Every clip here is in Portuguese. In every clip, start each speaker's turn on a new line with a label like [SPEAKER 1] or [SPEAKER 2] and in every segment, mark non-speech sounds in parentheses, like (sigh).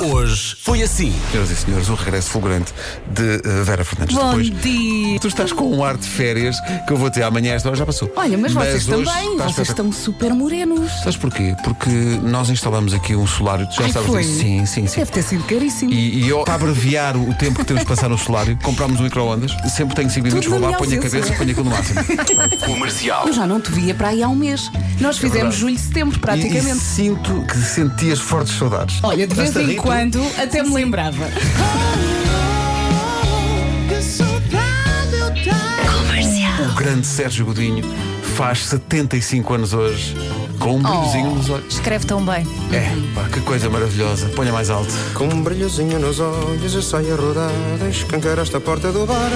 [SPEAKER 1] Hoje foi assim. Senhoras e senhores, o regresso fulgurante de eh, Vera Fernandes.
[SPEAKER 2] Bom
[SPEAKER 1] Depois,
[SPEAKER 2] dia!
[SPEAKER 1] tu estás com um ar de férias que eu vou ter amanhã, esta hora já passou.
[SPEAKER 2] Olha, mas, vocês
[SPEAKER 1] hoje
[SPEAKER 2] também,
[SPEAKER 1] estás
[SPEAKER 2] vocês
[SPEAKER 1] espetacular.
[SPEAKER 2] estão super morenos.
[SPEAKER 1] Sabes porquê? Porque nós instalamos aqui um solário, tu já
[SPEAKER 2] Ai,
[SPEAKER 1] sabes
[SPEAKER 2] foi?
[SPEAKER 1] disso. Sim, sim, sim.
[SPEAKER 2] Deve ter sido caríssimo.
[SPEAKER 1] E, e eu, para abreviar o tempo que temos de passar no solário, (laughs) comprámos um micro-ondas, sempre tenho 5 minutos,
[SPEAKER 2] Tudo
[SPEAKER 1] vou lá,
[SPEAKER 2] na
[SPEAKER 1] ponho a
[SPEAKER 2] minha
[SPEAKER 1] cabeça,
[SPEAKER 2] ausência.
[SPEAKER 1] ponho aquilo
[SPEAKER 2] (laughs)
[SPEAKER 1] no máximo.
[SPEAKER 2] Eu já não te via para aí há um mês. Nós fizemos
[SPEAKER 1] É verdade.
[SPEAKER 2] julho e setembro,
[SPEAKER 1] E, e
[SPEAKER 2] praticamente.
[SPEAKER 1] sinto que sentias fortes saudades.
[SPEAKER 2] Olha, de vez
[SPEAKER 1] Estás-te a rir,
[SPEAKER 2] em
[SPEAKER 1] tu?
[SPEAKER 2] quando até me lembrava.
[SPEAKER 1] O grande Sérgio Godinho faz 75 anos hoje, com um brilhozinho nos olhos.
[SPEAKER 3] Oh, Escreve tão bem.
[SPEAKER 1] É, pá, que coisa maravilhosa. Ponha mais alto.
[SPEAKER 4] Com um brilhozinho nos olhos, eu saio a rodar. Escancaraste a porta do bar.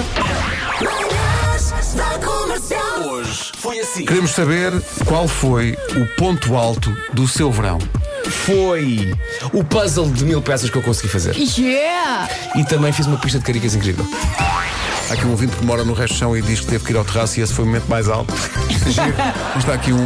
[SPEAKER 1] Queremos saber qual foi o ponto alto do seu verão.
[SPEAKER 5] Foi o puzzle de mil peças que eu consegui fazer.
[SPEAKER 2] Yeah!
[SPEAKER 5] E também fiz uma pista de caricas incrível.
[SPEAKER 1] Há aqui um ouvinte que mora no resto do chão e diz que teve que ir ao terraço e esse foi o momento mais alto. Giro. Está aqui um,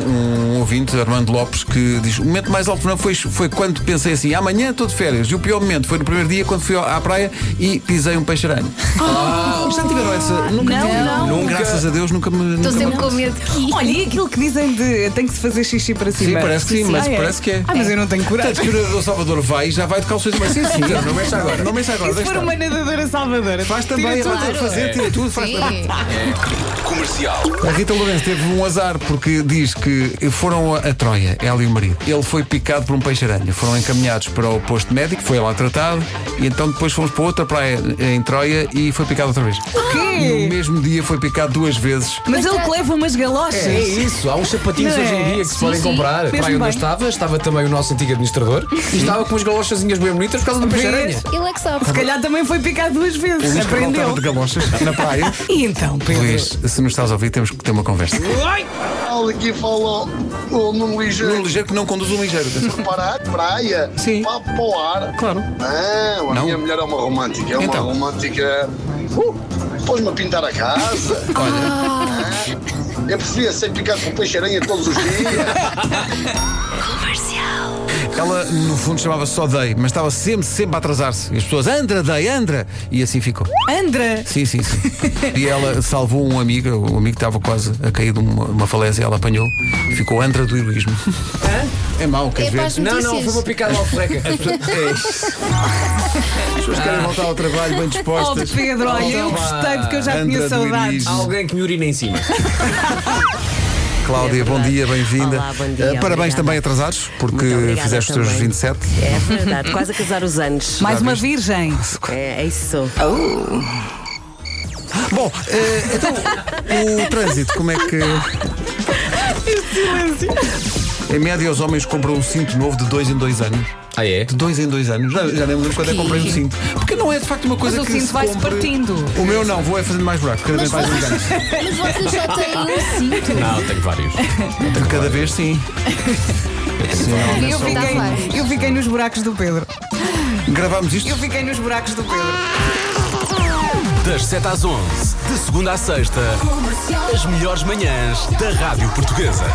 [SPEAKER 1] um ouvinte, Armando Lopes, que diz: O momento mais alto não foi, foi quando pensei assim, amanhã estou de férias. E o pior momento foi no primeiro dia quando fui ao- à praia e pisei um peixe-aranho. Ah, já tiveram essa? Nunca
[SPEAKER 2] Não,
[SPEAKER 1] tive.
[SPEAKER 2] não,
[SPEAKER 1] Nunca. Graças a Deus nunca me. nunca
[SPEAKER 3] Estou sempre
[SPEAKER 1] me-
[SPEAKER 3] com medo que.
[SPEAKER 2] Olha, e aquilo que dizem de tem que se fazer xixi para cima?
[SPEAKER 1] parece que sim, mas
[SPEAKER 2] Ah,
[SPEAKER 1] parece que é.
[SPEAKER 2] Ah, mas eu não tenho coragem.
[SPEAKER 1] Tanto que o Salvador vai e já vai de calções de manhã. Sim, sim, não mexa agora. Não mexa agora,
[SPEAKER 2] E se
[SPEAKER 1] Então, deixa
[SPEAKER 2] for
[SPEAKER 1] estar.
[SPEAKER 2] uma nadadora salvadora?
[SPEAKER 1] Faz também,
[SPEAKER 2] Tira
[SPEAKER 1] ela
[SPEAKER 2] tudo.
[SPEAKER 1] tem que fazer, tira tudo, faz
[SPEAKER 3] Sim.
[SPEAKER 1] também. A Rita Lourenço teve um azar porque diz que foram a, a Troia, ela e o marido. Ele foi picado por um peixe-aranha. Foram encaminhados para o posto médico, foi lá tratado, e então depois fomos para outra praia eh, em Troia e foi picado outra vez. No
[SPEAKER 2] Quê?
[SPEAKER 1] mesmo dia foi picado duas vezes.
[SPEAKER 2] Mas ele que leva umas galochas.
[SPEAKER 5] É isso, há uns sapatinhos
[SPEAKER 2] Não é?
[SPEAKER 5] hoje em dia que se
[SPEAKER 2] Sim,
[SPEAKER 5] podem
[SPEAKER 2] sim.
[SPEAKER 5] comprar.
[SPEAKER 2] Mesmo
[SPEAKER 5] Para onde eu
[SPEAKER 2] bem.
[SPEAKER 5] estava, estava também o nosso antigo administrador e estava com umas galochazinhas bem bonitas por causa do peixe-aranha.
[SPEAKER 2] Vês?
[SPEAKER 3] Ele é que sabe.
[SPEAKER 2] Se calhar também foi picado duas vezes.
[SPEAKER 1] Luís Cabral estava
[SPEAKER 2] Aprendeu. (laughs)
[SPEAKER 1] de galochas na praia.
[SPEAKER 2] E então, Pedro?
[SPEAKER 1] Luís, se nos estás a ouvir, temos que ter uma conversa.
[SPEAKER 6] Fala aqui, fala o Nuno
[SPEAKER 1] Um
[SPEAKER 6] Ligeiro
[SPEAKER 1] ligeiro que não conduz um ligeiro.
[SPEAKER 6] para a praia,
[SPEAKER 1] Sim.
[SPEAKER 6] para, para o ar.
[SPEAKER 1] Claro.
[SPEAKER 6] Não, a
[SPEAKER 1] Não?
[SPEAKER 6] minha mulher é uma romântica, é uma
[SPEAKER 1] Então.
[SPEAKER 6] romântica. Uh, Pôs-me a pintar a casa. Olha. Eu preferia ser picado por peixe-aranha todos os dias.
[SPEAKER 1] Ela, no fundo, chamava-se só Day, mas estava sempre, sempre a atrasar-se. E as pessoas, Andra, Day, Andra! E assim ficou.
[SPEAKER 2] Andra!
[SPEAKER 1] Sim, sim, sim. e ela salvou um amigo, o amigo estava quase a cair de uma, uma falésia, ela apanhou, ficou Andra do heroísmo. É mau, queres
[SPEAKER 3] É
[SPEAKER 1] ver?
[SPEAKER 3] para as
[SPEAKER 5] Não,
[SPEAKER 3] notícias.
[SPEAKER 5] não, foi uma picada ao (laughs) freca.
[SPEAKER 1] é
[SPEAKER 7] (laughs) É
[SPEAKER 1] As pessoas querem voltar ao trabalho bem
[SPEAKER 2] Oh,
[SPEAKER 1] dispostas.
[SPEAKER 2] Pedro, olha, eu gostei porque eu já
[SPEAKER 1] Andra do
[SPEAKER 2] tinha saudades.
[SPEAKER 1] Iris.
[SPEAKER 5] Há alguém que me urina em cima.
[SPEAKER 1] Cláudia,
[SPEAKER 7] É
[SPEAKER 1] bom
[SPEAKER 7] verdade.
[SPEAKER 1] dia, bem-vinda.
[SPEAKER 7] Olá, bom dia,
[SPEAKER 1] Eh, Parabéns
[SPEAKER 7] obrigada.
[SPEAKER 1] também atrasados, porque
[SPEAKER 7] Muito obrigada
[SPEAKER 1] fizeste os teus
[SPEAKER 7] também.
[SPEAKER 1] 27.
[SPEAKER 7] É verdade, quase a casar os anos.
[SPEAKER 2] Mais uma virgem.
[SPEAKER 7] É, é isso.
[SPEAKER 1] Bom, eh, então, o trânsito, como é
[SPEAKER 7] (laughs)
[SPEAKER 1] que. Silêncio.
[SPEAKER 7] um
[SPEAKER 1] Em média, os homens compram um cinto novo de dois em dois anos.
[SPEAKER 5] (laughs) Ah, é?
[SPEAKER 1] De dois em dois anos. Já, já nem me lembro quando é que comprei um cinto. Porque não é de facto uma coisa
[SPEAKER 2] Mas o
[SPEAKER 1] que
[SPEAKER 2] cinto
[SPEAKER 1] se
[SPEAKER 2] vai-se
[SPEAKER 1] compre-
[SPEAKER 2] partindo.
[SPEAKER 1] O meu não, vou é fazendo mais buraco, cada vez mais um gancho.
[SPEAKER 3] Mas vocês já têm um cinto.
[SPEAKER 5] Não, tenho vários.
[SPEAKER 1] De cada vez sim.
[SPEAKER 2] E (laughs) Eu
[SPEAKER 3] Tá
[SPEAKER 2] fiquei,
[SPEAKER 3] bem.
[SPEAKER 2] eu fiquei nos buracos do Pedro.
[SPEAKER 1] Gravámos isto.
[SPEAKER 2] Eu fiquei nos buracos do Pedro.
[SPEAKER 8] Das 7 às 11, de segunda à sexta, as melhores manhãs da Rádio Portuguesa.